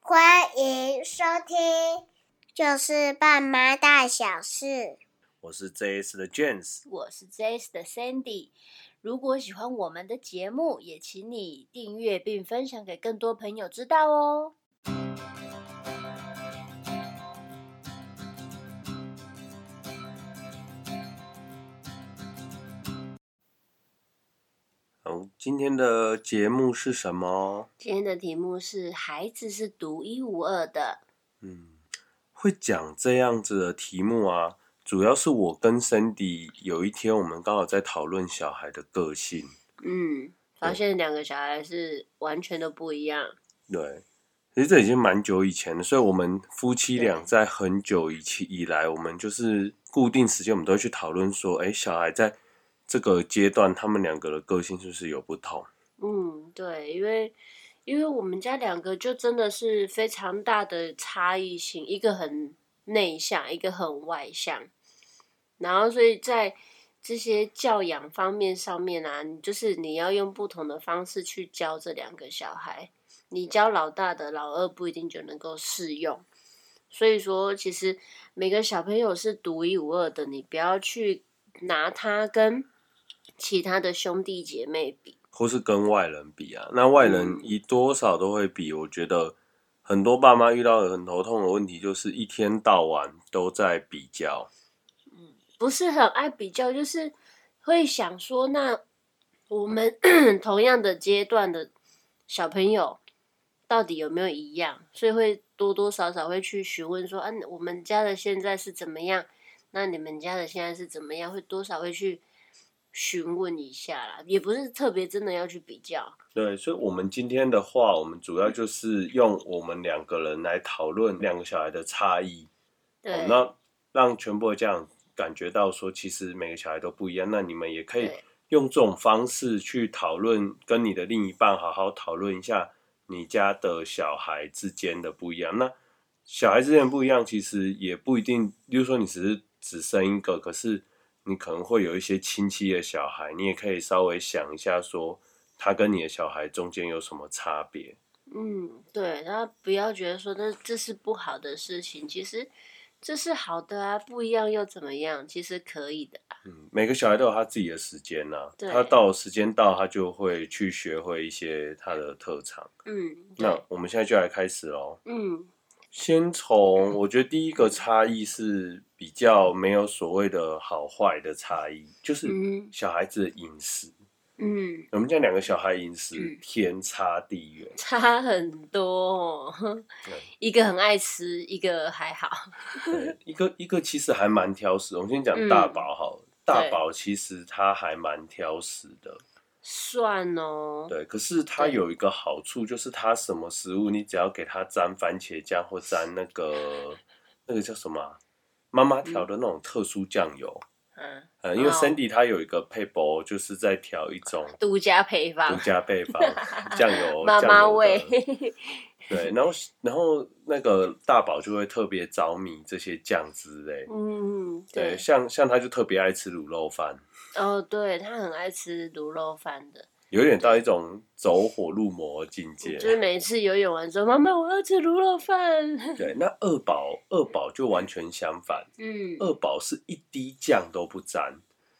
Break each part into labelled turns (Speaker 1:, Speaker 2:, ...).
Speaker 1: 欢迎收听，就是爸妈大小事。
Speaker 2: 我是这一次的 James，
Speaker 3: 我是 Jace 的 Sandy。如果喜欢我们的节目，也请你订阅并分享给更多朋友知道哦。
Speaker 2: 哦，今天的节目是什么？
Speaker 3: 今天的题目是孩子是独一无二的，
Speaker 2: 嗯，会讲这样子的题目啊，主要是我跟 Cindy 有一天我们刚好在讨论小孩的个性，
Speaker 3: 嗯，发现两个小孩是完全都不一样，
Speaker 2: 对，其实这已经蛮久以前了，所以我们夫妻俩
Speaker 3: 对
Speaker 2: 在很久以前以来，我们就是固定时间我们都会去讨论说，哎，小孩在这个阶段他们两个的个性是不是有不同？
Speaker 3: 嗯，对，因为因为我们家两个就真的是非常大的差异性，一个很内向，一个很外向，然后所以在这些教养方面上面啊，你就是你要用不同的方式去教这两个小孩，你教老大的，老二不一定就能够适用。所以说，其实每个小朋友是独一无二的，你不要去拿他跟其他的兄弟姐妹比。
Speaker 2: 或是跟外人比啊，那外人以多少都会比。我觉得很多爸妈遇到的很头痛的问题，就是一天到晚都在比较。
Speaker 3: 不是很爱比较，就是会想说，那我们 同样的阶段的小朋友到底有没有一样？所以会多多少少会去询问说，嗯、啊，我们家的现在是怎么样？那你们家的现在是怎么样？会多少会去询问一下啦，也不是特别真的要去比较。
Speaker 2: 对，所以，我们今天的话，我们主要就是用我们两个人来讨论两个小孩的差异，
Speaker 3: 对，
Speaker 2: 哦那让全部的家长感觉到说，其实每个小孩都不一样。那你们也可以
Speaker 3: 对
Speaker 2: 用这种方式去讨论，跟你的另一半好好讨论一下你家的小孩之间的不一样。那小孩之间的不一样，其实也不一定，比如说你只是只生一个，可是你可能会有一些亲戚的小孩，你也可以稍微想一下说。他跟你的小孩中间有什么差别？
Speaker 3: 嗯，对，然后不要觉得说这这是不好的事情，其实这是好的啊，不一样又怎么样？其实可以的。
Speaker 2: 嗯，每个小孩都有他自己的时间呐、
Speaker 3: 对
Speaker 2: 他到时间到，他就会去学会一些他的特长。
Speaker 3: 嗯，对
Speaker 2: 那我们现在就来开始喽。
Speaker 3: 嗯，
Speaker 2: 先从我觉得第一个差异是比较没有所谓的好坏的差异，就是
Speaker 3: 嗯
Speaker 2: 小孩子的饮食。
Speaker 3: 嗯，
Speaker 2: 我们家两个小孩饮食
Speaker 3: 嗯
Speaker 2: 天差 地远，
Speaker 3: 差很多、哦，
Speaker 2: 对
Speaker 3: 一个很爱吃，一个还好。
Speaker 2: 对，一个一个其实还蛮挑食。我们先讲
Speaker 3: 嗯
Speaker 2: 大宝好了，大
Speaker 3: 对
Speaker 2: 宝其实他还蛮挑食的，
Speaker 3: 蒜哦，
Speaker 2: 对。可是他
Speaker 3: 对
Speaker 2: 有一个好处，就是他什么食物，你只要给他沾番茄酱或沾那个那个叫什么啊、妈妈调的那种特殊酱油，
Speaker 3: 嗯，
Speaker 2: 呃，因为
Speaker 3: 哦
Speaker 2: Sandy 他有一个配博，就是在调一种
Speaker 3: 独家配
Speaker 2: 独
Speaker 3: 方，
Speaker 2: 家配 方酱油，
Speaker 3: 啊妈
Speaker 2: 哦酱
Speaker 3: 妈
Speaker 2: 油的
Speaker 3: 味。
Speaker 2: 对，然后然后那个大宝就会特别着迷这些酱汁类。
Speaker 3: 嗯，
Speaker 2: 对，
Speaker 3: 对，
Speaker 2: 像像他就特别爱吃卤肉饭，
Speaker 3: 哦，对他很爱吃卤肉饭的，
Speaker 2: 有点到一种走火入魔的境界。
Speaker 3: 就是每次游泳完说：“妈妈，我要吃卤肉饭。
Speaker 2: 对，那二宝二宝就完全相反，”
Speaker 3: 嗯，
Speaker 2: 二宝是一滴酱都不沾，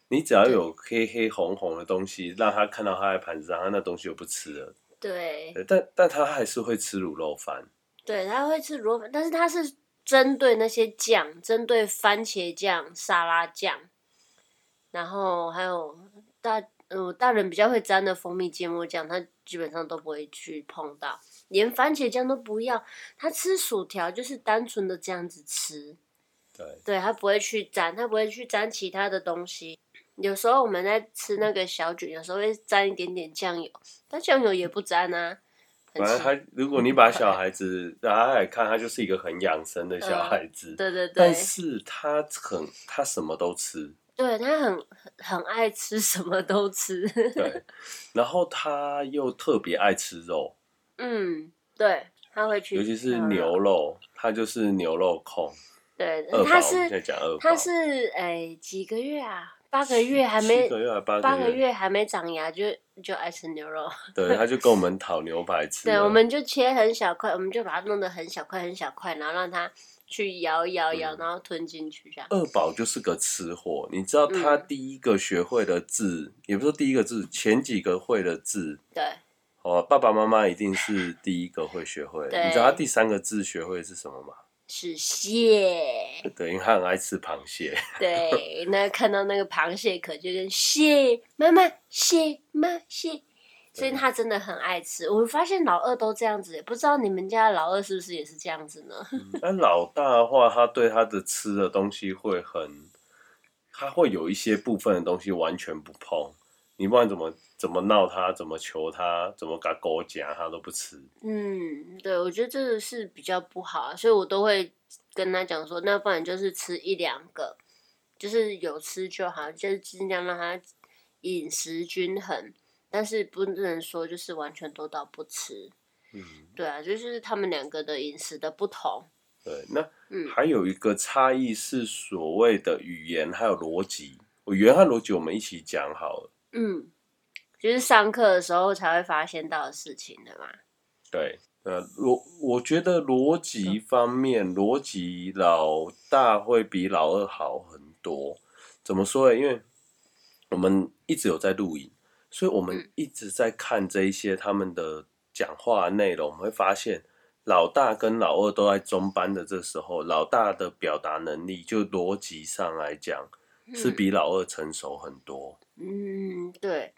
Speaker 2: 你只要有黑黑红红的东西，让他看到他在盘子上，他那东西就不吃了。
Speaker 3: 对
Speaker 2: 对但但他还是会吃卤肉饭。
Speaker 3: 对，他会吃卤肉饭，但是他是针对那些酱，针对番茄酱、沙拉酱，然后还有大嗯、大人比较会沾的蜂蜜芥末酱，他基本上都不会去碰到，连番茄酱都不要。他吃薯条就是单纯的这样子吃，
Speaker 2: 对，
Speaker 3: 对他不会去沾，他不会去沾其他的东西。有时候我们在吃那个小卷，有时候会沾一点点酱油，但酱油也不沾啊。很
Speaker 2: 反正
Speaker 3: 奇
Speaker 2: 他，如果你把小孩子拿来看，他就是一个很养生的小孩子，
Speaker 3: 对对对，
Speaker 2: 但是他很他什么都吃，
Speaker 3: 对他很很很爱吃，什么都吃。
Speaker 2: 对，啊然后他又特别爱吃肉，
Speaker 3: 嗯，对，嗯他会去，
Speaker 2: 尤其是牛。肉，他就是牛肉控。
Speaker 3: 对嗯他
Speaker 2: 二，宝，我们现在
Speaker 3: 是
Speaker 2: 讲二宝，
Speaker 3: 他是哎、几个月啊？八个月还
Speaker 2: 七
Speaker 3: 没
Speaker 2: 个月还八
Speaker 3: 八个
Speaker 2: 月，
Speaker 3: 月还没长牙就就爱吃牛肉，
Speaker 2: 对，他就跟我们讨牛排吃啊。
Speaker 3: 对，我们就切很小块，我们就把它弄得很小块很小块，然后让它去摇一摇一摇，
Speaker 2: 嗯
Speaker 3: 然后吞进去这样。
Speaker 2: 二宝就是个吃货，你知道他
Speaker 3: 嗯
Speaker 2: 第一个学会的字，也不是第一个字，前几个会的字，
Speaker 3: 对，
Speaker 2: 哦，爸爸妈妈一定是第一个会学会。
Speaker 3: 对
Speaker 2: 你知道他第三个字学会是什么吗？
Speaker 3: 是蟹。
Speaker 2: 对，因为他很爱吃螃蟹。
Speaker 3: 对，那看到那个螃蟹壳就跟蟹妈妈蟹妈蟹，所以他真的很爱吃。我发现老二都这样子，不知道你们家的老二是不是也是这样子呢？
Speaker 2: 那老大的话，他对他的吃的东西会很，他会有一些部分的东西完全不碰。你不管怎么怎么闹他，怎么求他，怎么给他狗夹，他都不吃。
Speaker 3: 嗯，对，我觉得这个是比较不好啊，所以我都会跟他讲说，那不然就是吃一两个，就是有吃就好，就是尽量让他饮食均衡，但是不能说就是完全都到不吃。
Speaker 2: 嗯，
Speaker 3: 对啊，就是他们两个的饮食的不同。
Speaker 2: 对。那
Speaker 3: 嗯，
Speaker 2: 还有一个差异是所谓的语言还有逻辑。语言和逻辑我们一起讲好了。
Speaker 3: 嗯，就是上课的时候才会发现到的事情的嘛。
Speaker 2: 对，呃，逻我觉得逻辑方面，逻辑老大会比老二好很多。怎么说呢？因为我们一直有在录影，所以我们
Speaker 3: 嗯
Speaker 2: 一直在看这一些他们的讲话内容，我们会发现老大跟老二都在中班的这时候，老大的表达能力就逻辑上来讲是比老二成熟很多。
Speaker 3: 嗯，对。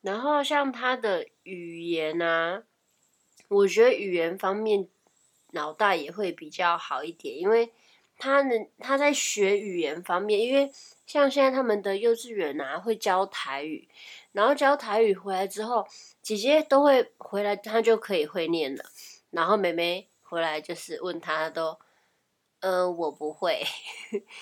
Speaker 3: 然后像他的语言啊，我觉得语言方面老大也会比较好一点，因为他能他在学语言方面，因为像现在他们的幼稚园啊会教台语，然后教台语回来之后，姐姐都会回来，她就可以会念了。然后妹妹回来就是问她她都，呃，我不会，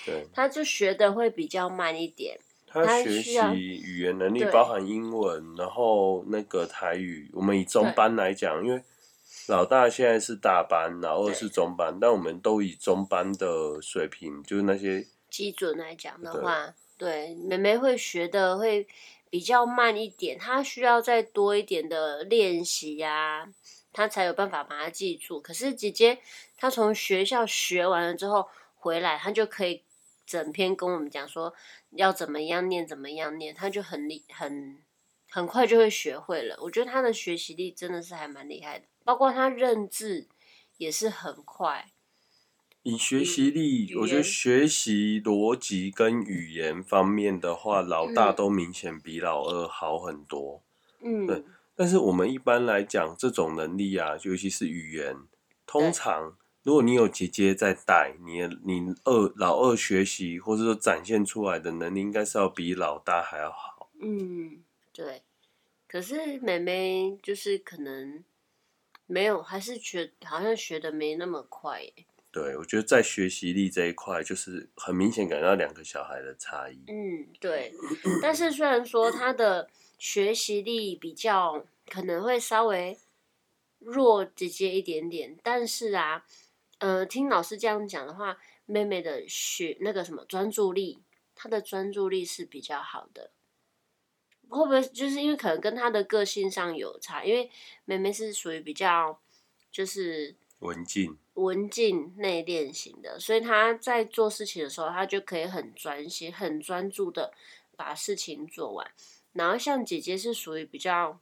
Speaker 2: 对，
Speaker 3: 她就学的会比较慢一点。
Speaker 2: 他
Speaker 3: 他
Speaker 2: 学
Speaker 3: 需要
Speaker 2: 习语言能力
Speaker 3: 啊对
Speaker 2: 包含英文，然后那个台语。我们以中班来讲，因为老大现在是大班，老二
Speaker 3: 对
Speaker 2: 是中班，但我们都以中班的水平，就是那些
Speaker 3: 基准来讲的
Speaker 2: 对
Speaker 3: 话，对妹妹会学的会比较慢一点，她需要再多一点的练习呀、她才有办法把它记住。可是姐姐她从学校学完了之后回来，她就可以整篇跟我们讲说要怎么样念，怎么样念，她就很厉很很快就会学会了。我觉得她的学习力真的是还蛮厉害的，包括她认字也是很快。
Speaker 2: 以学习力
Speaker 3: 语，
Speaker 2: 我觉得
Speaker 3: 言
Speaker 2: 学习逻辑跟语言方面的话，老大
Speaker 3: 嗯
Speaker 2: 都明显比老二好很多。对
Speaker 3: 嗯，
Speaker 2: 但是我们一般来讲，这种能力啊，尤其是语言，通
Speaker 3: 对
Speaker 2: 常如果你有姐姐在带，你的你二老二学习或者说展现出来的能力，应该是要比老大还要好。
Speaker 3: 嗯，对。可是妹妹就是可能没有，还是觉好像学的没那么快耶。
Speaker 2: 对，我觉得在学习力这一块，就是很明显感到两个小孩的差异。
Speaker 3: 嗯，对。但是虽然说她的学习力比较可能会稍微弱姐姐一点点，但是啊，呃，听老师这样讲的话，妹妹的学那个什么专注力，她的专注力是比较好的。会不会就是因为可能跟她的个性上有差？因为妹妹是属于比较就是
Speaker 2: 文静，
Speaker 3: 文静内敛型的，所以他在做事情的时候，他就可以很专心、很专注的把事情做完。然后像姐姐是属于比较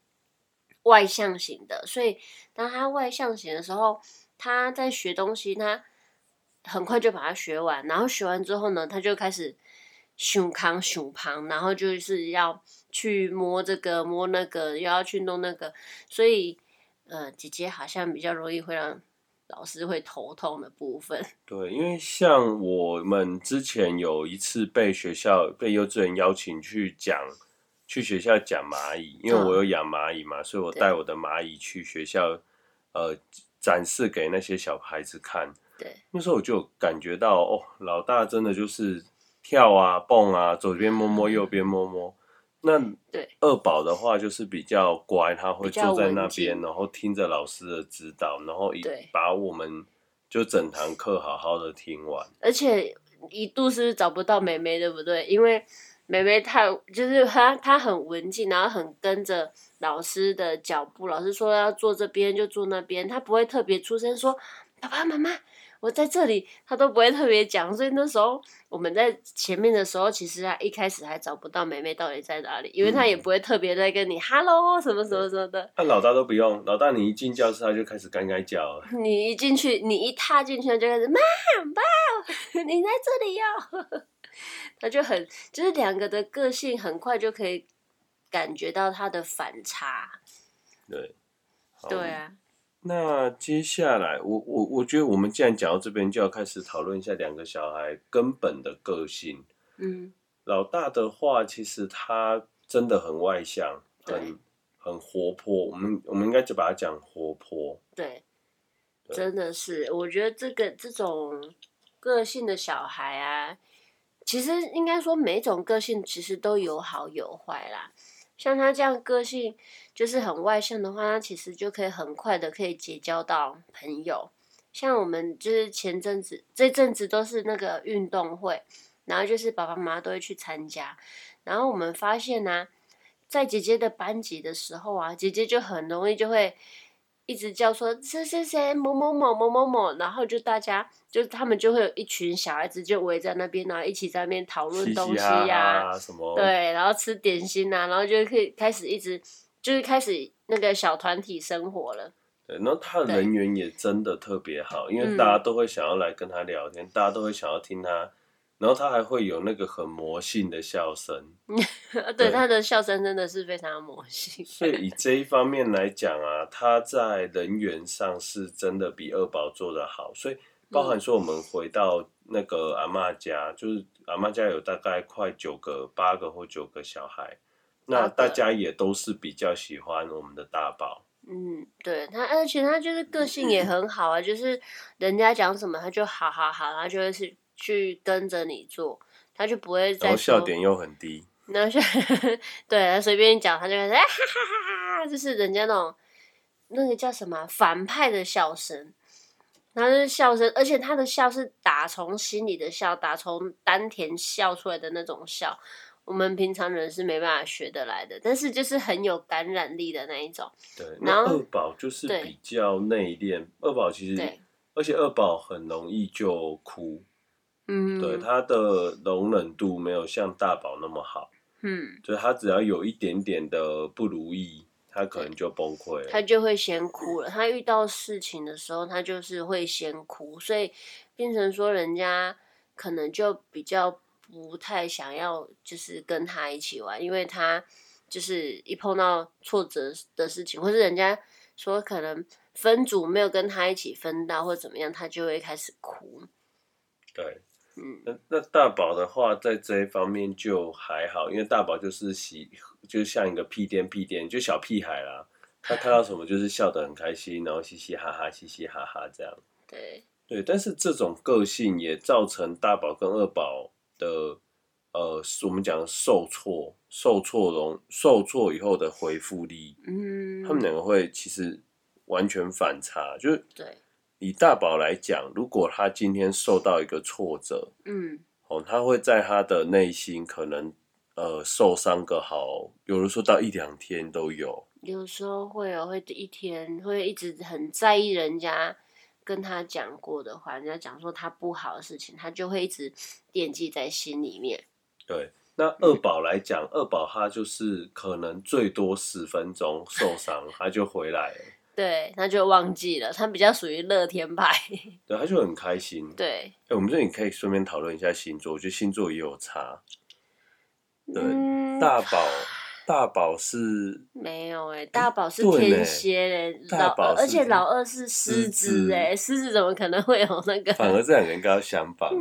Speaker 3: 外向型的，所以当她外向型的时候，她在学东西，她很快就把它学完。然后学完之后呢，她就开始胸扛胸旁，然后就是要去摸这个摸那个，又要去弄那个，所以呃，姐姐好像比较容易会让老师会头痛的部分。
Speaker 2: 对，因为像我们之前有一次被学校被幼稚园邀请去讲，去学校讲蚂蚁，因为
Speaker 3: 嗯
Speaker 2: 我有养蚂蚁嘛，所以我带我的蚂蚁去学校，呃，展示给那些小孩子看。
Speaker 3: 对，
Speaker 2: 那时候我就有感觉到，哦，老大真的就是跳啊、蹦啊，左边摸摸，右边摸摸。那
Speaker 3: 嗯对
Speaker 2: 二宝的话就是比较乖，他会
Speaker 3: 比较
Speaker 2: 坐在那
Speaker 3: 文静
Speaker 2: 边，然后听着老师的指导，然后以
Speaker 3: 对
Speaker 2: 把我们就整堂课好好的听完。
Speaker 3: 而且一度是不是找不到妹妹，对不对？因为妹妹太就是她，她很文静，然后很跟着老师的脚步。老师说要坐这边就坐那边，她不会特别出声说“爸爸妈妈，我在这里”，她都不会特别讲。所以那时候我们在前面的时候，其实她一开始还找不到妹妹到底在哪里，因为她也不会特别在跟你 “hello” 什么什么什么的。
Speaker 2: 那啊老大都不用，老大你一进教室他就开始干干叫了，
Speaker 3: 你一进去，你一踏进去，他就开始妈爸，你在这里哦。 他就很，就是两个的个性很快就可以感觉到他的反差。
Speaker 2: 对，好
Speaker 3: 对啊，
Speaker 2: 那接下来，我我我觉得我们既然讲到这边，就要开始讨论一下两个小孩根本的个性。
Speaker 3: 嗯，
Speaker 2: 老大的话，其实他真的很外向，
Speaker 3: 对
Speaker 2: 很很活泼。我们我们应该就把它讲活泼。
Speaker 3: 对，
Speaker 2: 对
Speaker 3: 真的是，我觉得这个这种个性的小孩啊，其实应该说每种个性其实都有好有坏啦。像他这样个性就是很外向的话，他其实就可以很快的可以结交到朋友。像我们就是前阵子这阵子都是那个运动会，然后就是爸爸妈妈都会去参加，然后我们发现呢、在姐姐的班级的时候啊，姐姐就很容易就会一直叫说谁谁谁某某某某某某，然后就大家就是他们就会有一群小孩子就围在那边，然后一起在那边讨论
Speaker 2: 嘻
Speaker 3: 东
Speaker 2: 嘻
Speaker 3: 西呀、
Speaker 2: 哈哈，什么？
Speaker 3: 对，然后吃点心啊，然后就可以开始一直就是开始那个小团体生活了。
Speaker 2: 对，然后他的人缘也真的特别好，因
Speaker 3: 嗯
Speaker 2: 为大家都会想要来跟他聊天，大家都会想要听他，然后他还会有那个很魔性的笑声。
Speaker 3: 对，
Speaker 2: 对
Speaker 3: 他的笑声真的是非常魔性。
Speaker 2: 所以以这一方面来讲啊，他在人员上是真的比二宝做得好。所以包
Speaker 3: 嗯
Speaker 2: 含说我们回到那个阿嬷家，就是阿嬷家有大概快九个、八个或九个小孩，那
Speaker 3: 八个
Speaker 2: 大家也都是比较喜欢我们的大宝。
Speaker 3: 嗯，对他，而且他就是个性也很好啊，就是人家讲什么他就好好好，他就会是去跟着你做，他就不会再
Speaker 2: 然后笑
Speaker 3: 说
Speaker 2: 点又很低，
Speaker 3: 然后就 对，他随便一讲，他就开始啊哈哈哈哈，就是人家那种那个叫什么啊反派的笑声，然后就是笑声，而且他的笑是打从心里的笑，打从丹田笑出来的那种笑，我们平常人是没办法学得来的，但是就是很有感染力的那一种，
Speaker 2: 对。
Speaker 3: 然
Speaker 2: 那
Speaker 3: 后
Speaker 2: 二宝就是
Speaker 3: 对
Speaker 2: 比较内敛，二宝其实
Speaker 3: 对，
Speaker 2: 而且二宝很容易就哭，
Speaker 3: 嗯，
Speaker 2: 对，他的容忍度没有像大宝那么好。
Speaker 3: 嗯，
Speaker 2: 就是他只要有一点点的不如意，他可能就崩溃
Speaker 3: 他
Speaker 2: 了。
Speaker 3: 就会先哭了。他遇到事情的时候，他就是会先哭，所以变成说人家可能就比较不太想要，就是跟他一起玩，因为他就是一碰到挫折的事情，或是人家说可能分组没有跟他一起分到或怎么样，他就会开始哭。
Speaker 2: 对，
Speaker 3: 嗯，
Speaker 2: 那那大宝的话，在这一方面就还好，因为大宝就是喜，就像一个屁颠屁颠，就小屁孩啦。他看到什么就是笑得很开心，然后嘻嘻哈哈，嘻嘻哈哈这样。
Speaker 3: 对，
Speaker 2: 对，但是这种个性也造成大宝跟二宝的，呃，我们讲的受挫、受挫容、受挫以后的回复力，
Speaker 3: 嗯，
Speaker 2: 他们两个会其实完全反差，就是
Speaker 3: 对，
Speaker 2: 以大宝来讲，如果他今天受到一个挫折，
Speaker 3: 嗯，
Speaker 2: 哦，他会在他的内心可能呃受伤个好，有的时候到一两天都有。
Speaker 3: 有时候会有，会一天会一直很在意人家跟他讲过的话，人家讲说他不好的事情，他就会一直惦记在心里面。
Speaker 2: 对，那二宝来讲，二宝他就是可能最多十分钟受伤，他就回来了，
Speaker 3: 对，他就忘记了，他比较属于乐天派。
Speaker 2: 对，他就很开心。
Speaker 3: 对，
Speaker 2: 哎、我们这里可以顺便讨论一下星座，我觉得星座也有差。对
Speaker 3: 嗯，
Speaker 2: 大宝，大宝是
Speaker 3: 没有哎、大宝是
Speaker 2: 对
Speaker 3: 天
Speaker 2: 呢
Speaker 3: 蝎嘞，
Speaker 2: 大
Speaker 3: 老
Speaker 2: 宝
Speaker 3: 二而
Speaker 2: 是
Speaker 3: 且
Speaker 2: 天
Speaker 3: 老二是狮
Speaker 2: 狮
Speaker 3: 子
Speaker 2: 子
Speaker 3: 哎、狮子怎么可能会有那个？
Speaker 2: 反而这两个人刚好相 反哦。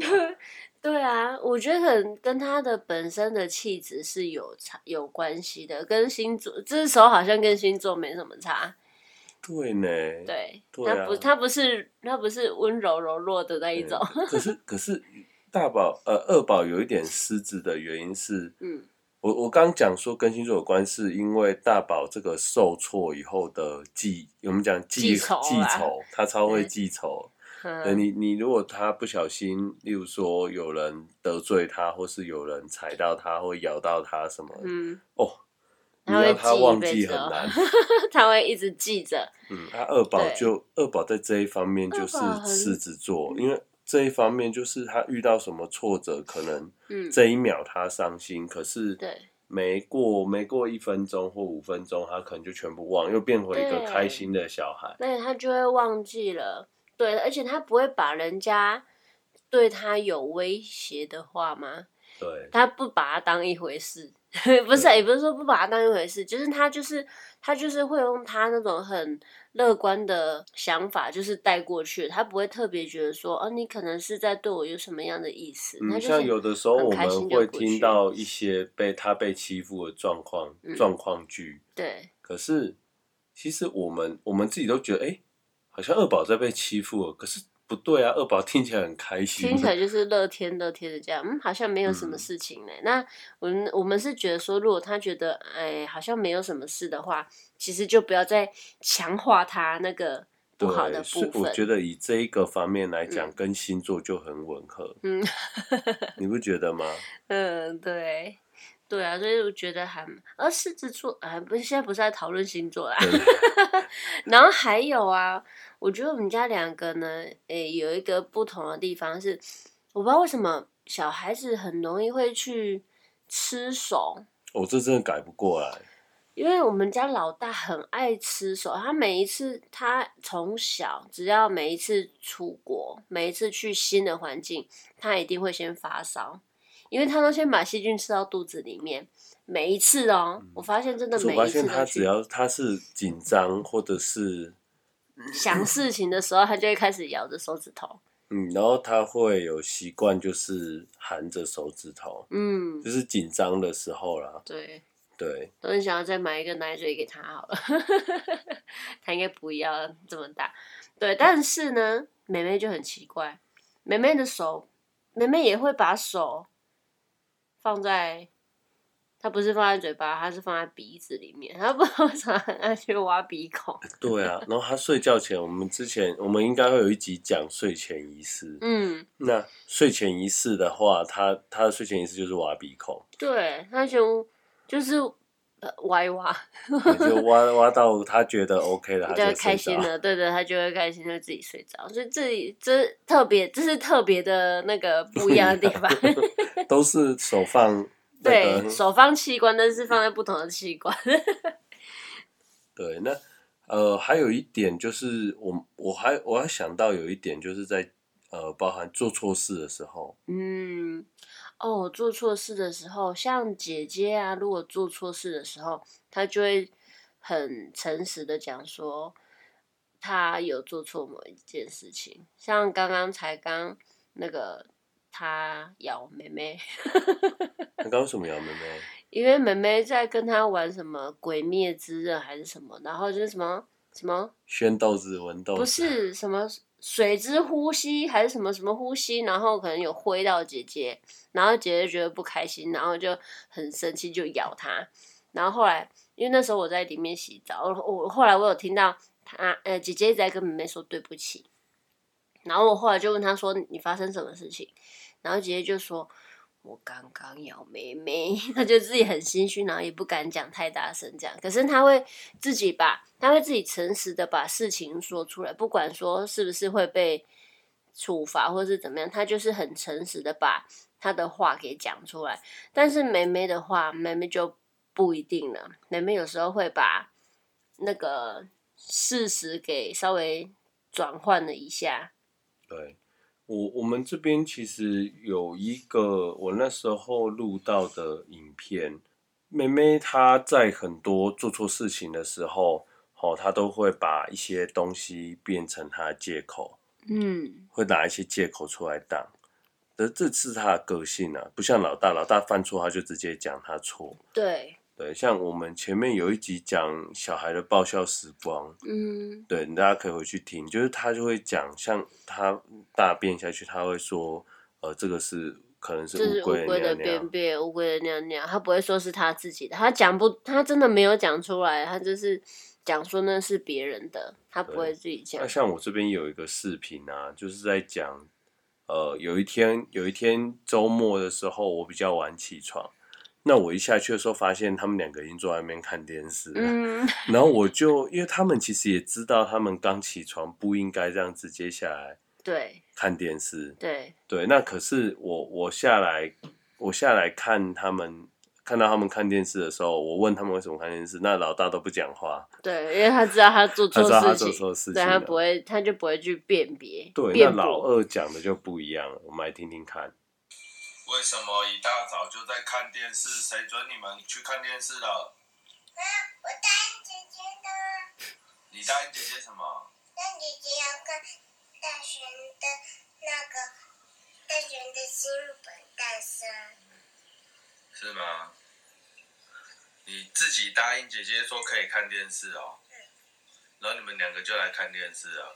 Speaker 3: 对啊，我觉得可能跟他的本身的气质是有差有关系的，跟星座这时候好像跟星座没什么差。
Speaker 2: 对呢，
Speaker 3: 对，
Speaker 2: 对
Speaker 3: 他不
Speaker 2: 啊
Speaker 3: 他不是他不是温柔柔弱的那一种。
Speaker 2: 嗯可是可是大宝呃二宝有一点失职的原因是，
Speaker 3: 嗯，
Speaker 2: 我我刚讲说跟星座有关，是因为大宝这个受挫以后的记，我们讲记
Speaker 3: 记仇啊
Speaker 2: 记仇，他超会
Speaker 3: 嗯
Speaker 2: 记仇，呃，
Speaker 3: 嗯
Speaker 2: 你你如果他不小心，例如说有人得罪他，或是有人踩到他，或咬到他什么，
Speaker 3: 嗯，
Speaker 2: 哦，你
Speaker 3: 他会
Speaker 2: 要他
Speaker 3: 记一
Speaker 2: 忘
Speaker 3: 辈
Speaker 2: 记
Speaker 3: 子
Speaker 2: 很
Speaker 3: 哦
Speaker 2: 难。
Speaker 3: 他会一直记着。
Speaker 2: 嗯，他 二宝
Speaker 3: 对
Speaker 2: 就二宝在这一方面就是
Speaker 3: 二宝很
Speaker 2: 狮子座，因为这一方面就是他遇到什么挫折，可能
Speaker 3: 嗯，
Speaker 2: 这一秒他伤心，可是
Speaker 3: 对
Speaker 2: 没过没过一分钟或五分钟，他可能就全部忘，又变回一个
Speaker 3: 对
Speaker 2: 开心的小孩。
Speaker 3: 那他就会忘记了。对，而且他不会把人家对他有威胁的话吗？
Speaker 2: 对，
Speaker 3: 他不把它当一回事， 不是，
Speaker 2: 对
Speaker 3: 也不是说不把它当一回事，就是他就是他就是会用他那种很乐观的想法，就是带过去，他不会特别觉得说，哦，你可能是在对我有什么样的意思，他
Speaker 2: 嗯，
Speaker 3: 就是
Speaker 2: 像有的时候
Speaker 3: 很
Speaker 2: 我
Speaker 3: 开
Speaker 2: 们
Speaker 3: 心就
Speaker 2: 会
Speaker 3: 过
Speaker 2: 听
Speaker 3: 去
Speaker 2: 到一些被他被欺负的状况
Speaker 3: 嗯
Speaker 2: 状况剧，
Speaker 3: 对
Speaker 2: 可是其实我们我们自己都觉得，哎，好像二宝在被欺负了，哦可是不对啊，二宝听起来很开心，
Speaker 3: 听起来就是乐天乐天的这样，嗯，好像没有什么事情呢、那我们我们是觉得说，如果他觉得哎好像没有什么事的话，其实就不要再强化他那个不好的
Speaker 2: 对，是
Speaker 3: 部
Speaker 2: 我
Speaker 3: 分。
Speaker 2: 觉得以这一个方面来讲，
Speaker 3: 嗯
Speaker 2: 跟星座就很吻合，
Speaker 3: 嗯
Speaker 2: 你不觉得吗？
Speaker 3: 嗯，对对啊，所以我觉得还，而狮子座啊，不是现在不是在讨论星座啦，
Speaker 2: 对
Speaker 3: 然后还有啊，我觉得我们家两个呢，诶，有一个不同的地方是，我不知道为什么小孩子很容易会去吃手，
Speaker 2: 我这真的改不过 来。
Speaker 3: 因为我们家老大很爱吃手，他每一次他从小只要每一次出国，每一次去新的环境，他一定会先发烧，因为他都先把细菌吃到肚子里面。每一次哦，我发现真的
Speaker 2: 嗯可是我
Speaker 3: 每
Speaker 2: 发
Speaker 3: 一
Speaker 2: 现
Speaker 3: 次
Speaker 2: 他
Speaker 3: 都
Speaker 2: 只
Speaker 3: 去
Speaker 2: 要他是紧张或者是
Speaker 3: 想事情的时候，他就会开始咬着手指头。
Speaker 2: 嗯，然后他会有习惯，就是含着手指头，
Speaker 3: 嗯，
Speaker 2: 就是紧张的时候啦。
Speaker 3: 对，
Speaker 2: 对，
Speaker 3: 都很想要再买一个奶嘴给他好了， 他应该不要这么大。对，但是呢，妹妹就很奇怪，妹妹的手，妹妹也会把手放在，她不是放在嘴巴，她是放在鼻子里面，她不知道为啥很爱去挖鼻 孔。
Speaker 2: 对啊。然后他睡觉前，我们之前我们应该会有一集讲睡前仪式。
Speaker 3: 嗯，
Speaker 2: 那睡前仪式的话，他他的睡前仪式就是挖 鼻孔。
Speaker 3: 对，她就就是呃挖一挖，
Speaker 2: 就挖挖到他觉得 OK 了，他
Speaker 3: 就
Speaker 2: 就
Speaker 3: 开
Speaker 2: 睡
Speaker 3: 心
Speaker 2: 着。
Speaker 3: 了，对对，他就会开心，就自己睡着。所以这里这特别，这是特别的那个不一样的 地方。
Speaker 2: 都是手放那
Speaker 3: 对，
Speaker 2: 个嗯
Speaker 3: 手放器官，但是放在不同的器官。
Speaker 2: 对那呃，还有一点就是我我还我还想到有一点就是在呃，包含做错事的时候，
Speaker 3: 嗯，哦，我做错事的时候，像姐姐啊，如果做错事的时候，她就会很诚实的讲说，她有做错某一件事情。像刚刚才刚那个，她咬妹妹，
Speaker 2: 那刚刚为什么杨妹妹？
Speaker 3: 因为妹妹在跟她玩什么《鬼灭之刃》还是什么，然后就是什么什么
Speaker 2: 宣豆子、文豆子，
Speaker 3: 不是什么水之呼吸还是什么什么呼吸，然后可能有挥到姐姐，然后姐姐觉得不开心，然后就很生气就咬她，然后后来因为那时候我在里面洗澡，我我后来我有听到她呃姐姐一直在跟妹妹说对不起，然后我后来就问她说你发生什么事情，然后姐姐就说。我刚刚咬妹妹， 她就自己很心虚，然后也不敢讲太大声，这样。可是她会自己把，她会自己诚实的把事情说出来，不管说是不是会被处罚或是怎么样，她就是很诚实的把她的话给讲出来。但是妹妹的话，妹妹就不一定了，妹妹有时候会把那个事实给稍微转换了一下，
Speaker 2: 对。我我们这边其实有一个我那时候录到的影片，妹妹她在很多做错事情的时候，哦，她都会把一些东西变成她的借口，
Speaker 3: 嗯，
Speaker 2: 会拿一些借口出来当。而这是他的个性啊，不像老大，老大犯错他就直接讲他错。
Speaker 3: 对，
Speaker 2: 对，像我们前面有一集讲小孩的爆笑时光，
Speaker 3: 嗯，
Speaker 2: 对，大家可以回去听，就是他就会讲，像他大便下去，他会说，呃，这个是可能是
Speaker 3: 就是
Speaker 2: 乌
Speaker 3: 乌
Speaker 2: 龟
Speaker 3: 龟的
Speaker 2: 尿
Speaker 3: 便
Speaker 2: 尿。
Speaker 3: 便、乌龟的尿尿，他不会说是他自己的，他讲不，他真的没有讲出来，他就是讲说那是别人的，他不会自己讲
Speaker 2: 那。像我这边有一个视频啊，就是在讲，呃，有一天有一天周末的时候，我比较晚起床，那我一下去的时候，发现他们两个已经坐在那边看电视了。
Speaker 3: 嗯，
Speaker 2: 然后我就，因为他们其实也知道，他们刚起床不应该这样直接下来
Speaker 3: 对
Speaker 2: 看电视。
Speaker 3: 对，
Speaker 2: 对，那可是我我下来，我下来看他们，看到他们看电视的时候，我问他们为什么看电视，那老大都不讲话，
Speaker 3: 对，因为他知道他做
Speaker 2: 他
Speaker 3: 错
Speaker 2: 知道他
Speaker 3: 事
Speaker 2: 做
Speaker 3: 情，
Speaker 2: 错事情
Speaker 3: 对他不
Speaker 2: 了。
Speaker 3: 会，他就不会去辨别。
Speaker 2: 对，那
Speaker 3: 辩驳
Speaker 2: 老二讲的就不一样了，我们来听听看。
Speaker 4: 为什么一大早就在看电视？谁准你们去看电视了？
Speaker 1: 嗯我答应姐姐的，
Speaker 4: 你答应姐姐什么？
Speaker 1: 让姐姐要看大学的那个大学的新本诞生。
Speaker 4: 是吗？你自己答应姐姐说可以看电视哦，然后你们两个就来看电视了。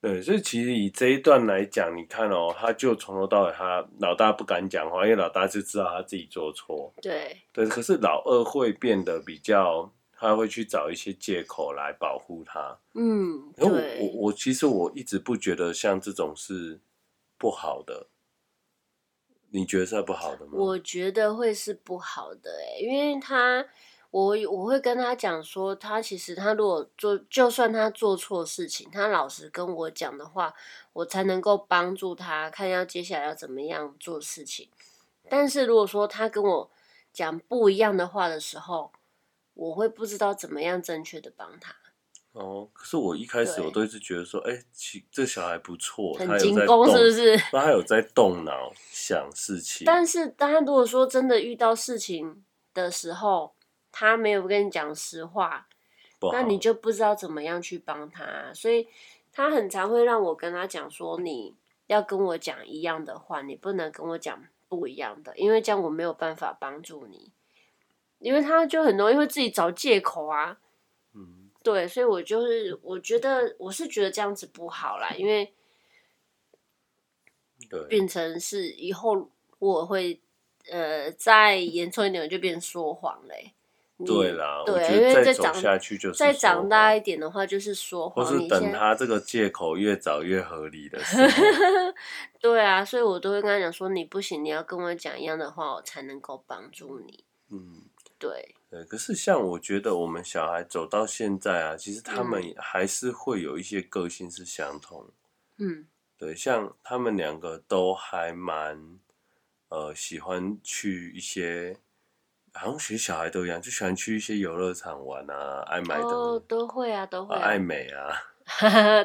Speaker 2: 对，所以其实以这一段来讲，你看哦，他就从头到尾，他老大不敢讲话，因为老大就知道他自己做错。
Speaker 3: 对
Speaker 2: 对，可是老二会变得比较，他会去找一些借口来保护他。
Speaker 3: 嗯，
Speaker 2: 然后我我
Speaker 3: 对，
Speaker 2: 我其实我一直不觉得像这种是不好的，你觉得是不好的吗？
Speaker 3: 我觉得会是不好的诶、因为他，我我会跟他讲说，他其实他如果做，就算他做错事情，他老实跟我讲的话，我才能够帮助他，看要接下来要怎么样做事情。但是如果说他跟我讲不一样的话的时候，我会不知道怎么样正确的帮他，
Speaker 2: 哦，可是我一开始
Speaker 3: 对
Speaker 2: 我都一直觉得说，哎，其这小孩不错，哦他
Speaker 3: 很
Speaker 2: 有
Speaker 3: 精
Speaker 2: 在
Speaker 3: 工
Speaker 2: 动，
Speaker 3: 是不是？
Speaker 2: 他有在动脑想事情。
Speaker 3: 但是，当他如果说真的遇到事情的时候，他没有跟你讲实话，
Speaker 2: 不好
Speaker 3: 那你就不知道怎么样去帮他，啊所以他很常会让我跟他讲说，你要跟我讲一样的话，你不能跟我讲不一样的，因为这样我没有办法帮助你，因为他就很容易会自己找借口啊。
Speaker 2: 嗯，
Speaker 3: 对，所以我就是我觉得我是觉得这样子不好啦，因为
Speaker 2: 对，
Speaker 3: 变成是以后我会呃再严重一点，我就变成说谎嘞、你
Speaker 2: 对啦，我
Speaker 3: 对，
Speaker 2: 觉
Speaker 3: 因
Speaker 2: 得
Speaker 3: 为
Speaker 2: 再
Speaker 3: 再
Speaker 2: 走
Speaker 3: 长
Speaker 2: 下去就是
Speaker 3: 再
Speaker 2: 说
Speaker 3: 长大
Speaker 2: 谎
Speaker 3: 一点的话，就是说
Speaker 2: 或
Speaker 3: 谎。
Speaker 2: 是
Speaker 3: 你现
Speaker 2: 等
Speaker 3: 在
Speaker 2: 他这个借口越找越合理的 时候，
Speaker 3: 对啊，所以我都会跟他讲说，你不行，你要跟我讲一样的话，我才能够帮助你。
Speaker 2: 嗯，
Speaker 3: 对，
Speaker 2: 对。可是像我觉得我们小孩走到现在啊，其实他们还是会有一些个性是相同。
Speaker 3: 嗯，
Speaker 2: 对，像他们两个都还蛮呃喜欢去一些，好像学小孩都一样，就喜欢去一些游乐场玩啊，爱买
Speaker 3: 哦，
Speaker 2: 东
Speaker 3: 都会啊，都
Speaker 2: 啊
Speaker 3: 会、啊
Speaker 2: 爱美 啊，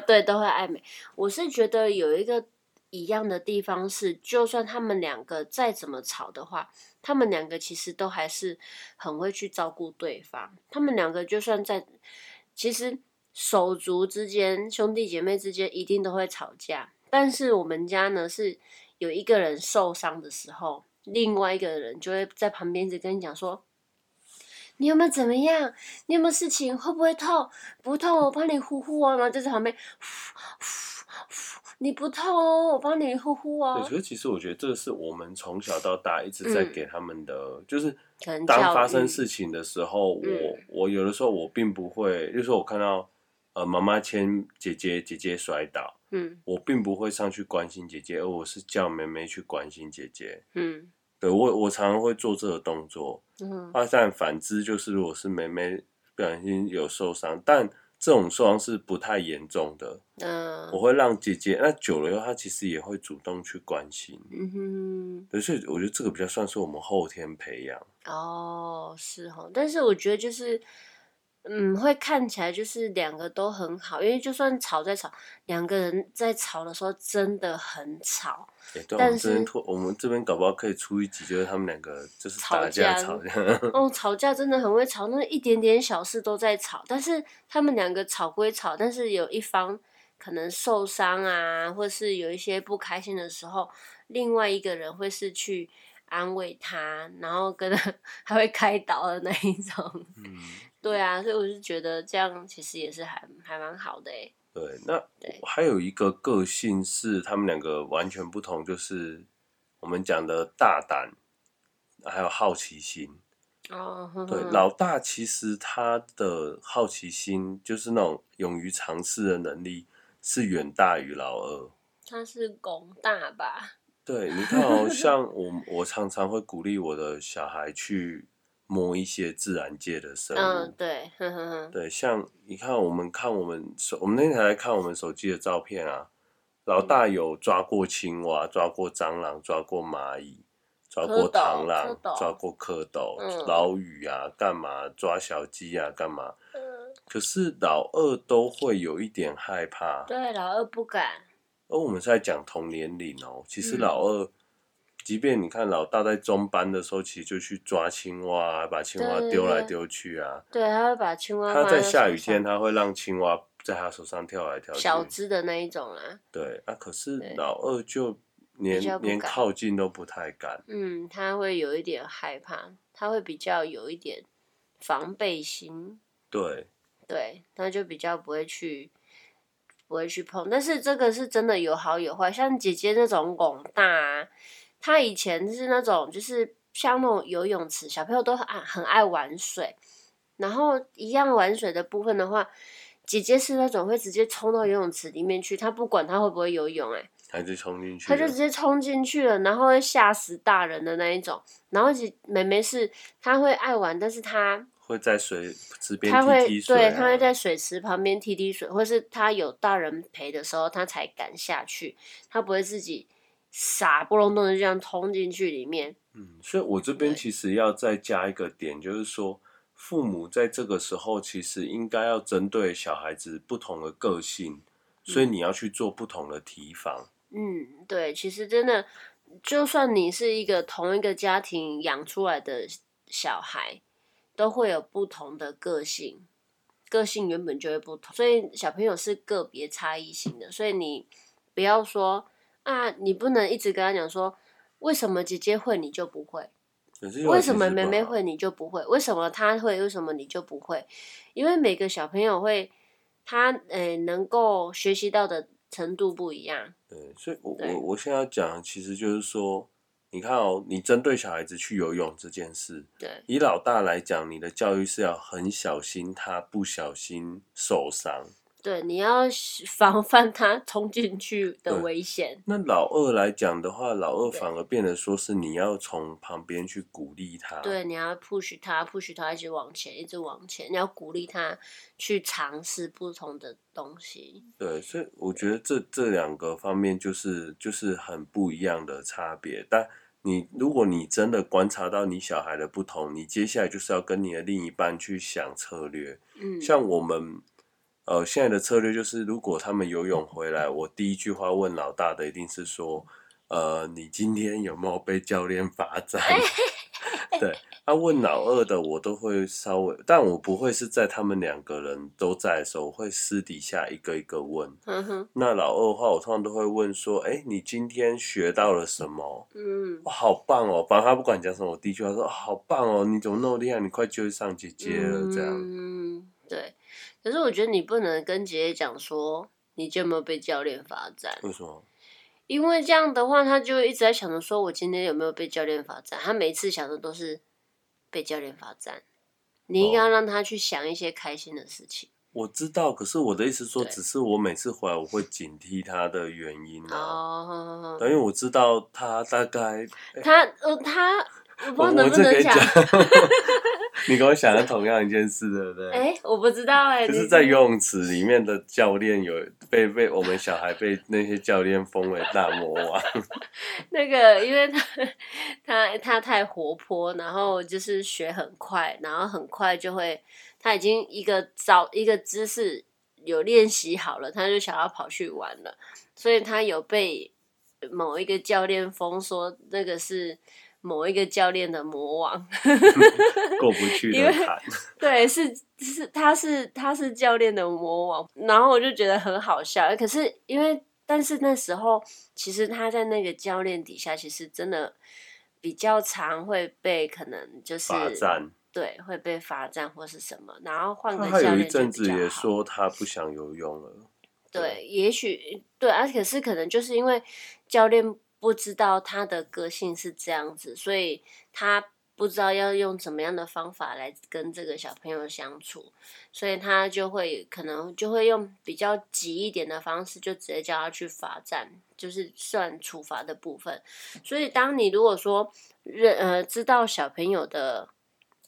Speaker 3: 对，都会爱美。我是觉得有一个一样的地方是，就算他们两个再怎么吵的话，他们两个其实都还是很会去照顾对方。他们两个就算在，其实手足之间、兄弟姐妹之间一定都会吵架，但是我们家呢是有一个人受伤的时候，另外一个人就会在旁边一直跟你讲说。你有没有怎么样？你有没有事情？会不会痛？不痛，我帮你呼呼哦。然后就在旁边呼呼呼，你不痛哦，我帮你呼呼
Speaker 2: 对，
Speaker 3: 哦
Speaker 2: 可。是其实我觉得这是我们从小到大一直在
Speaker 3: 嗯
Speaker 2: 给他们的，就是
Speaker 3: 可能
Speaker 2: 当
Speaker 3: 教
Speaker 2: 发
Speaker 3: 育
Speaker 2: 生事情的时候，
Speaker 3: 嗯
Speaker 2: 我我有的时候我并不会，就是我看到呃妈妈牵姐姐，姐姐摔倒，
Speaker 3: 嗯
Speaker 2: 我并不会上去关心姐姐，而我是叫妹妹去关心姐姐。
Speaker 3: 嗯
Speaker 2: 对我我常常会做这个动作。
Speaker 3: 嗯，
Speaker 2: 啊，但反之就是，如果是妹妹不小心有受伤，但这种受伤是不太严重的，
Speaker 3: 呃
Speaker 2: 我会让姐姐，那久了以后，她其实也会主动去关心。
Speaker 3: 嗯
Speaker 2: 对所以我觉得这个比较算是我们后天培养。
Speaker 3: 哼，哦，是哦，但是我觉得就是，嗯，会看起来就是两个都很好，因为就算吵再吵，两个人在吵的时候真的很吵，
Speaker 2: 欸、对啊，我
Speaker 3: 但
Speaker 2: 们这边
Speaker 3: 是
Speaker 2: 突，我们这边搞不好可以出一集，就是他们两个就是
Speaker 3: 吵
Speaker 2: 打架
Speaker 3: 架
Speaker 2: 吵架。
Speaker 3: 哦，吵架真的很会吵，那一点点小事都在吵，但是他们两个吵归吵，但是有一方可能受伤啊，或是有一些不开心的时候，另外一个人会是 去安慰他，然后跟他还会开导的那一种。
Speaker 2: 嗯，
Speaker 3: 对啊，所以我是觉得这样其实也是还还蛮好的欸诶。
Speaker 2: 对，那
Speaker 3: 对
Speaker 2: 还有一个个性是他们两个完全不同，就是我们讲的大胆，还有好奇心。
Speaker 3: 哦，哼
Speaker 2: 对，
Speaker 3: 哼
Speaker 2: 老大其实他的好奇心就是那种勇于尝试的能力是远大于老二。
Speaker 3: 他是拱大吧？
Speaker 2: 对，你看 哦，像我，我常常会鼓励我的小孩去摸一些自然界的生物。
Speaker 3: 嗯，对，哼哼哼，
Speaker 2: 对，像你看，我们看我们手，我们那天还在看我们手机的照片啊。老大
Speaker 3: 嗯
Speaker 2: 有抓过青蛙，抓过蟑螂，抓过蚂蚁，抓过
Speaker 3: 蝌蚪
Speaker 2: 螳螂
Speaker 3: 蝌，蚪
Speaker 2: 抓过蝌蚪、
Speaker 3: 嗯
Speaker 2: 老鼠啊，干嘛抓小鸡啊，干嘛？
Speaker 1: 嗯，
Speaker 2: 可是老二都会有一点害怕。
Speaker 3: 对，老二不敢，
Speaker 2: 而我们是在讲同年龄哦，其
Speaker 3: 嗯
Speaker 2: 实老二，即便你看老大在中班的时候，其实就去抓青蛙、啊，把青蛙
Speaker 3: 对
Speaker 2: 丢来
Speaker 3: 对
Speaker 2: 丢去啊。
Speaker 3: 对，他会把青蛙
Speaker 2: 他
Speaker 3: 放
Speaker 2: 在
Speaker 3: 在
Speaker 2: 下
Speaker 3: 手
Speaker 2: 雨天，
Speaker 3: 上
Speaker 2: 他会让青蛙在他手上跳来跳去。
Speaker 3: 小只的那一种啦。
Speaker 2: 对，啊，可是
Speaker 3: 对
Speaker 2: 老二就连
Speaker 3: 比较不
Speaker 2: 连
Speaker 3: 敢
Speaker 2: 靠近都不太敢。
Speaker 3: 嗯，他会有一点害怕，他会比较有一点防备心，
Speaker 2: 对，
Speaker 3: 对，他就比较不会去不会去碰。但是这个是真的有好有坏，像姐姐那种拱大、啊，她以前是那种就是像那种游泳池，小朋友都很爱很爱玩水，然后一样玩水的部分的话。姐姐是那种会直接冲到游泳池里面去，她不管她会不会游泳、欸，
Speaker 2: 他就冲进去
Speaker 3: 他
Speaker 2: 了。
Speaker 3: 就直接冲进去了，然后会吓死大人的那一种。然后其妹妹是她会爱玩，但是她
Speaker 2: 会在水池边
Speaker 3: 她会
Speaker 2: 踢踢水、
Speaker 3: 对
Speaker 2: 啊。
Speaker 3: 她会在水池旁边踢踢水，或是她有大人陪的时候，她才敢下去，她不会自己傻不隆咚的这样冲进去里面。
Speaker 2: 嗯，所以我这边
Speaker 3: 对
Speaker 2: 其实要再加一个点，就是说，父母在这个时候其实应该要针对小孩子不同的个性，所以你要去做不同的提防。
Speaker 3: 嗯，对，其实真的，就算你是一个同一个家庭养出来的小孩，都会有不同的个性，个性原本就会不同，所以小朋友是个别差异性的，所以你不要说啊，你不能一直跟他讲说，为什么姐姐会你就不会。
Speaker 2: 可是
Speaker 3: 为什么妹
Speaker 2: 妹
Speaker 3: 妹
Speaker 2: 妹
Speaker 3: 会你就不会？为什么她会？为什么你就不会？因为每个小朋友会，他呃能够学习到的程度不一样。
Speaker 2: 对，所以我
Speaker 3: 对
Speaker 2: 我我现在要讲的其实就是说，你看哦，你针对小孩子去游泳这件事，
Speaker 3: 对，
Speaker 2: 以老大来讲，你的教育是要很小心，他不小心受伤。
Speaker 3: 对，你要防范他冲进去的
Speaker 2: 对
Speaker 3: 危险。
Speaker 2: 那老二来讲的话，老二
Speaker 3: 对
Speaker 2: 反而变得说是你要从旁边去鼓励他。
Speaker 3: 对，你要 push 他，push 他一直往前，一直往前。你要鼓励他去尝试不同的东西。
Speaker 2: 对，所以我觉得这这两个方面就是就是很不一样的差别。但你如果你真的观察到你小孩的不同，你接下来就是要跟你的另一半去想策略。
Speaker 3: 嗯，
Speaker 2: 像我们呃现在的策略就是，如果他们游泳回来，我第一句话问老大的一定是说，呃，你今天有没有被教练罚站？ 对，啊，问老二的我都会稍微，但我不会是在他们两个人都在的时候，我会私底下一个一个问。
Speaker 3: 哼哼，
Speaker 2: 那老二的话，我通常都会问说：“哎、你今天学到了什么？
Speaker 3: 嗯
Speaker 2: 哇，好棒哦！”反正他不管讲什么，我第一句话说：“哦好棒哦，你怎么那么厉害？你快追上姐姐了。”这样，
Speaker 3: 嗯，对。可是我觉得你不能跟姐姐讲说你有没有被教练罚站。
Speaker 2: 为什么？
Speaker 3: 因为这样的话，他就一直在想着说，我今天有没有被教练罚站？他每一次想的都是被教练罚站。你应该要
Speaker 2: 哦
Speaker 3: 让他去想一些开心的事情。
Speaker 2: 我知道，可是我的意思说，
Speaker 3: 对
Speaker 2: 只是我每次回来我会警惕他的原因啊。
Speaker 3: 哦，
Speaker 2: 对因为我知道他大概，
Speaker 3: 他呃他，我 不
Speaker 2: 我
Speaker 3: 知道能
Speaker 2: 我
Speaker 3: 不
Speaker 2: 这可
Speaker 3: 能
Speaker 2: 以讲， 你跟我想的同样一件事，对不对？
Speaker 3: 哎、我不知道哎、
Speaker 2: 就是
Speaker 3: 你
Speaker 2: 在游泳池里面的教练有被被我们小孩被那些教练封为大魔王，
Speaker 3: 那个，因为他他他太活泼，然后就是学很快，然后很快就会，他已经一个早一个姿势有练习好了，他就想要跑去玩了，所以他有被某一个教练封说那个是某一个教练的魔王，
Speaker 2: 过不去
Speaker 3: 因
Speaker 2: 的
Speaker 3: 为
Speaker 2: 坎。
Speaker 3: 对，是是，他是他是教练的魔王，然后我就觉得很好笑。可是因为，但是那时候其实他在那个教练底下，其实真的比较常会被可能就是
Speaker 2: 罚站，
Speaker 3: 对，会被罚站或是什么，然后换个
Speaker 2: 他
Speaker 3: 教
Speaker 2: 还有
Speaker 3: 练
Speaker 2: 一
Speaker 3: 就
Speaker 2: 阵
Speaker 3: 比
Speaker 2: 子
Speaker 3: 较
Speaker 2: 也
Speaker 3: 好
Speaker 2: 说他不想游泳了，
Speaker 3: 对，也许对，而且是可能就是因为教练不知道他的个性是这样子，所以他不知道要用怎么样的方法来跟这个小朋友相处，所以他就会可能就会用比较急一点的方式，就直接叫他去罚站，就是算处罚的部分。所以当你如果说认呃知道小朋友的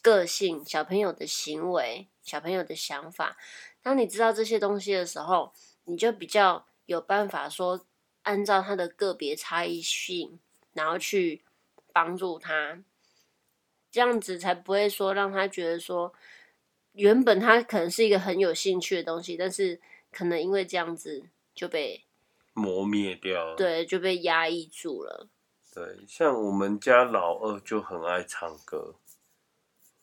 Speaker 3: 个性、小朋友的行为、小朋友的想法，当你知道这些东西的时候。你就比较有办法说按照他的个别差异性，然后去帮助他，这样子才不会说让他觉得说，原本他可能是一个很有兴趣的东西，但是可能因为这样子就被
Speaker 2: 磨灭掉了。
Speaker 3: 对就被压抑住了。
Speaker 2: 对，像我们家老二就很爱唱歌，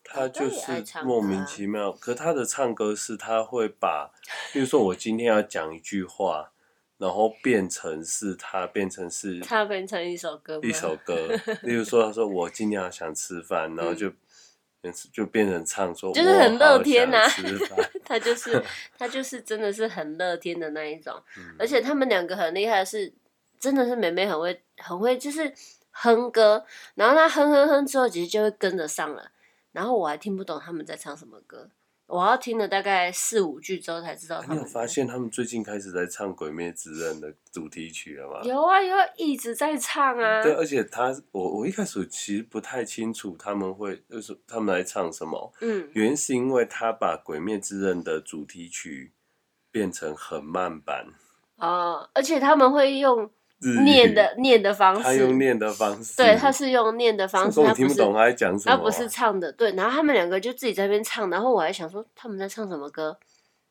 Speaker 2: 他就
Speaker 3: 他也爱
Speaker 2: 是
Speaker 3: 唱歌啊
Speaker 2: 莫名其妙。可他的唱歌是他会把，比如说我今天要讲一句话，然后变成是他变成是
Speaker 3: 它变成一首歌吗？
Speaker 2: 嗯一首歌，例如说他说我今天好想吃饭，然后就。就变成唱说，
Speaker 3: 嗯就是很
Speaker 2: 我好
Speaker 3: 乐天啊
Speaker 2: 想吃饭
Speaker 3: 他就是他就是真的是很乐天的那一种， 而
Speaker 2: 嗯
Speaker 3: 且他们两个很厉害的是，真的是妹妹很会很会就是哼歌，然后她哼哼哼之后，其实就会跟着上了，然后我还听不懂他们在唱什么歌，我要听了大概四五句之后才知道他
Speaker 2: 啊你
Speaker 3: 们
Speaker 2: 有发现他们最近开始在唱《鬼灭之刃》的主题曲了吗？
Speaker 3: 有啊有啊，一直在唱啊，
Speaker 2: 对，而且他，我我一开始其实不太清楚他们会，就是他们来唱什么。
Speaker 3: 嗯，
Speaker 2: 原因是因为他把《鬼灭之刃》的主题曲变成很慢版，
Speaker 3: 哦，而且他们会用
Speaker 2: 日语
Speaker 3: 念的念的方
Speaker 2: 他
Speaker 3: 式，
Speaker 2: 用念的方式，
Speaker 3: 对，他是用念的方式，
Speaker 2: 根
Speaker 3: 他
Speaker 2: 本
Speaker 3: 不
Speaker 2: 听
Speaker 3: 是
Speaker 2: 不懂他在讲什
Speaker 3: 他
Speaker 2: 么、
Speaker 3: 不是唱的，对。然后他们两个就自己在那边唱，然后我还想说他们在唱什么歌，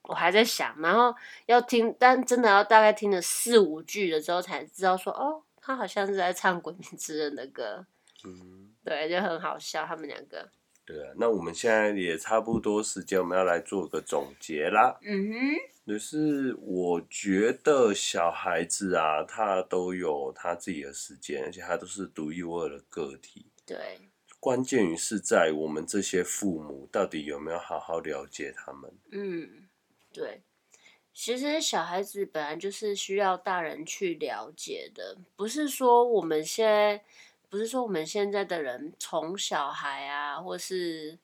Speaker 3: 我还在想，然后要听，但真的要大概听了四五句了之后才知道说，哦，他好像是在唱《 鬼灭之刃》的歌，
Speaker 2: 嗯，
Speaker 3: 对，就很好笑，他们两个。
Speaker 2: 对啊。那我们现在也差不多时间，我们要来做个总结啦。
Speaker 3: 嗯哼，
Speaker 2: 就是我觉得小孩子啊，他都有他自己的时间，而且他都是独一无二的个体。
Speaker 3: 对，
Speaker 2: 关键于是在我们这些父母到底有没有好好了解他们。
Speaker 3: 嗯，对。其实小孩子本来就是需要大人去了解的，不是说我们现在，不是说我们现在的人宠小孩啊，或是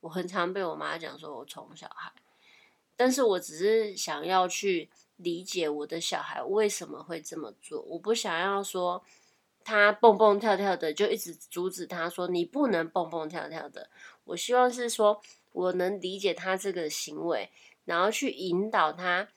Speaker 3: 我很常被我妈讲说我宠小孩，但是我只是想要去理解我的小孩为什么会这么做，我不想要说他蹦蹦跳跳的就一直阻止他说你不能蹦蹦跳跳的，我希望是说我能理解他这个行为，然后去引导他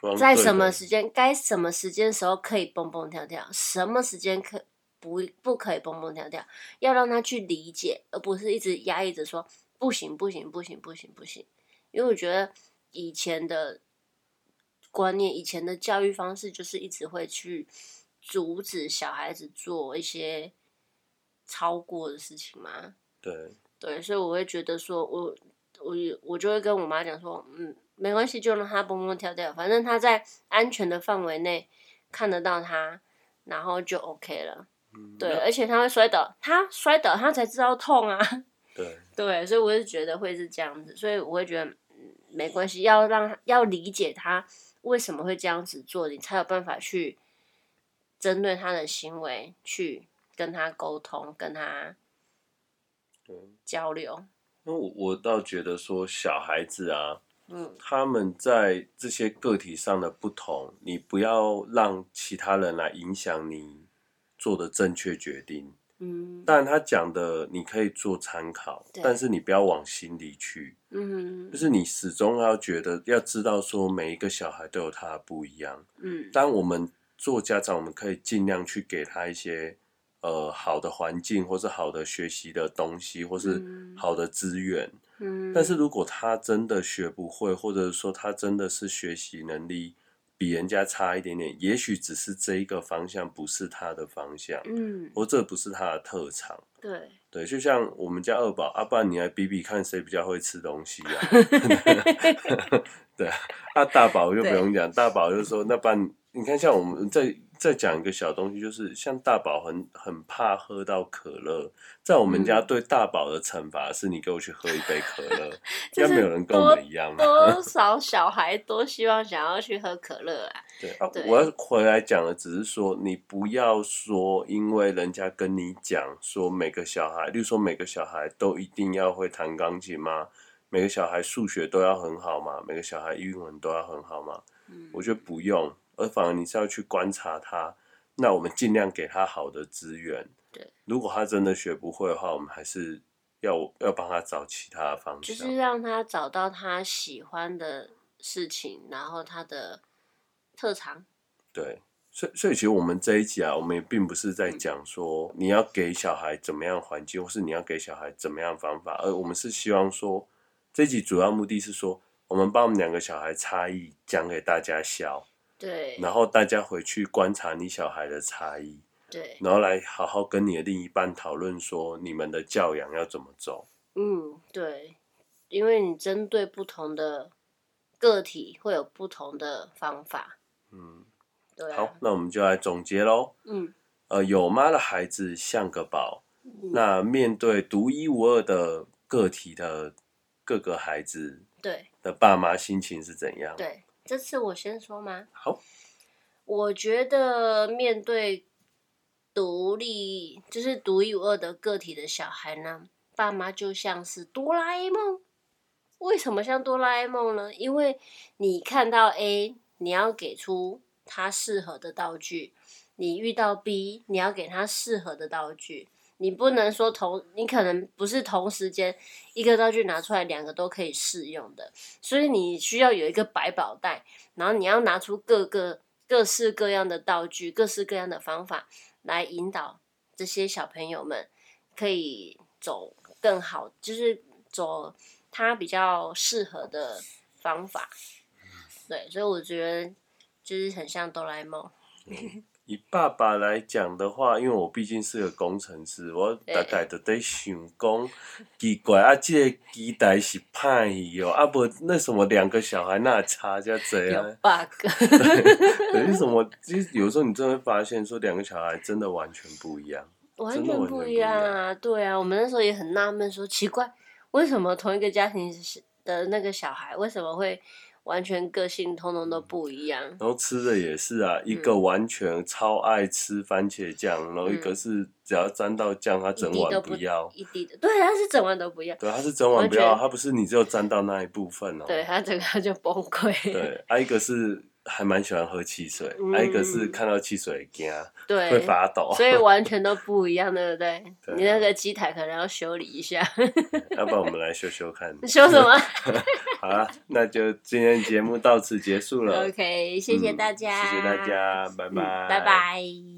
Speaker 2: 光
Speaker 3: 在
Speaker 2: 哦对
Speaker 3: 什么
Speaker 2: 的
Speaker 3: 时间该什么时间时候可以蹦蹦跳跳，什么时间可不不可以蹦蹦跳跳，要让他去理解，而不是一直压抑着说不行不行不行不行不行，因为我觉得以前的观念，以前的教育方式就是一直会去阻止小孩子做一些超过的事情嘛，
Speaker 2: 对，
Speaker 3: 对，所以我会觉得说，我我我就会跟我妈讲说，嗯，没关系，就让他蹦蹦跳跳，反正他在安全的范围内看得到他，然后就 OK 了。
Speaker 2: 嗯
Speaker 3: 对，而且他会摔倒，他摔倒他才知道痛啊。
Speaker 2: 对，
Speaker 3: 对，所以我是觉得会是这样子，所以我会觉得嗯没关系，要让他要理解他为什么会这样子做，你才有办法去针对他的行为去跟他沟通，跟他
Speaker 2: 对
Speaker 3: 交流。
Speaker 2: 那我我倒觉得说小孩子啊，
Speaker 3: 嗯。
Speaker 2: 他们在这些个体上的不同，你不要让其他人来影响你做的正确决定。
Speaker 3: 嗯
Speaker 2: 但他讲的你可以做参考，
Speaker 3: 对
Speaker 2: 但是你不要往心里去，
Speaker 3: 嗯
Speaker 2: 就是你始终要觉得要知道说每一个小孩都有他的不一样。
Speaker 3: 嗯，
Speaker 2: 当我们做家长，我们可以尽量去给他一些呃好的环境，或是好的学习的东西，或是
Speaker 3: 嗯
Speaker 2: 好的资源。
Speaker 3: 嗯
Speaker 2: 但是如果他真的学不会，或者说他真的是学习能力比人家差一点点，也许只是这一个方向不是他的方向，
Speaker 3: 嗯，
Speaker 2: 或这不是他的特长。
Speaker 3: 对，
Speaker 2: 对，就像我们家二宝，阿、爸，你来比比看谁比较会吃东西 啊？对啊，啊大宝就不用讲，大宝就说那爸，你看像我们在再讲一个小东西，就是像大宝很很怕喝到可乐，在我
Speaker 3: 嗯
Speaker 2: 们家对大宝的惩罚是你给我去喝一杯可乐，应
Speaker 3: 就
Speaker 2: 该
Speaker 3: 是
Speaker 2: 没有人跟我们一样吧？
Speaker 3: 多少小孩多希望想要去喝可乐啊？
Speaker 2: 对啊，
Speaker 3: 对
Speaker 2: 我要回来讲的只是说，你不要说，因为人家跟你讲说每个小孩，例如说每个小孩都一定要会弹钢琴吗？每个小孩数学都要很好吗？每个小孩英文都要很好吗？
Speaker 3: 嗯，
Speaker 2: 我觉得不用，而反而你是要去观察他。那我们尽量给他好的资源。
Speaker 3: 对，
Speaker 2: 如果他真的学不会的话，我们还是要要帮他找其他的方向。
Speaker 3: 就是让他找到他喜欢的事情，然后他的特长。
Speaker 2: 对，所以所以其实我们这一集啊，我们也并不是在
Speaker 3: 嗯
Speaker 2: 讲说你要给小孩怎么样环境，或是你要给小孩怎么样方法，而我们是希望说，这一集主要目的是说，我们把我们两个小孩差异讲给大家笑，
Speaker 3: 对，
Speaker 2: 然后大家回去观察你小孩的差异，
Speaker 3: 对，
Speaker 2: 然后来好好跟你的另一半讨论说你们的教养要怎么走。
Speaker 3: 嗯，对，因为你针对不同的个体会有不同的方法。
Speaker 2: 嗯，
Speaker 3: 对啊，
Speaker 2: 好，那我们就来总结喽。
Speaker 3: 嗯，
Speaker 2: 呃，有妈的孩子像个宝。那面对独一无二的个体的各个孩子
Speaker 3: 对
Speaker 2: 的爸妈心情是怎样？，
Speaker 3: 对，这次我先说吗？
Speaker 2: 好，
Speaker 3: 我觉得面对独立，就是独一无二的个体的小孩呢，爸妈就像是哆啦 A 梦。为什么像哆啦 A 梦呢？因为你看到 A，你要给出他适合的道具；你遇到 B，你要给他适合的道具。你不能说同，你可能不是同时间一个道具拿出来，两个都可以适用的，所以你需要有一个百宝袋，然后你要拿出各个各式各样的道具、各式各样的方法来引导这些小朋友们可以走更好，就是走他比较适合的方法。对，所以我觉得就是很像哆啦 A 梦。
Speaker 2: 以爸爸来讲的话，因为我毕竟是个工程师，我大概就得想讲，奇怪啊，这个机台是歹去哦，啊不，那什么两个小孩那差价怎
Speaker 3: 有
Speaker 2: 样？
Speaker 3: bug，
Speaker 2: 等于什么？其实有时候你真的会发现，说两个小孩真的完全不一样。
Speaker 3: 完
Speaker 2: 真的
Speaker 3: 全
Speaker 2: 完全
Speaker 3: 不
Speaker 2: 不
Speaker 3: 一
Speaker 2: 一
Speaker 3: 样
Speaker 2: 样
Speaker 3: 啊！对啊，我们那时候也很纳闷，说奇怪，为什么同一个家庭的那个小孩，为什么会完全个性通通都不一样？
Speaker 2: 然后吃的也是啊，一
Speaker 3: 嗯
Speaker 2: 个完全超爱吃番茄酱，然后一个是只要沾到酱，他整
Speaker 3: 一滴都
Speaker 2: 碗
Speaker 3: 不
Speaker 2: 不要。
Speaker 3: 一滴的，对，啊他是整碗都不要，
Speaker 2: 对，他是整碗不
Speaker 3: 完
Speaker 2: 要，
Speaker 3: 全
Speaker 2: 他不是你只有沾到那一部分哦。
Speaker 3: 对他整个就崩溃。
Speaker 2: 对，啊，一个是还蛮喜欢喝汽水，
Speaker 3: 嗯
Speaker 2: 啊，一个是看到汽水惊
Speaker 3: 对
Speaker 2: 会发抖，
Speaker 3: 所以完全都不一样，对不对？
Speaker 2: 对啊
Speaker 3: 你那个机台可能要修理一下，
Speaker 2: 要不然我们来修修看
Speaker 3: 你。 修什么
Speaker 2: 好啦，那就今天 节目到此结束了，
Speaker 3: ？OK，谢谢
Speaker 2: 嗯
Speaker 3: 大家，
Speaker 2: 谢谢大，家，拜
Speaker 3: 嗯，
Speaker 2: 拜，
Speaker 3: 拜拜。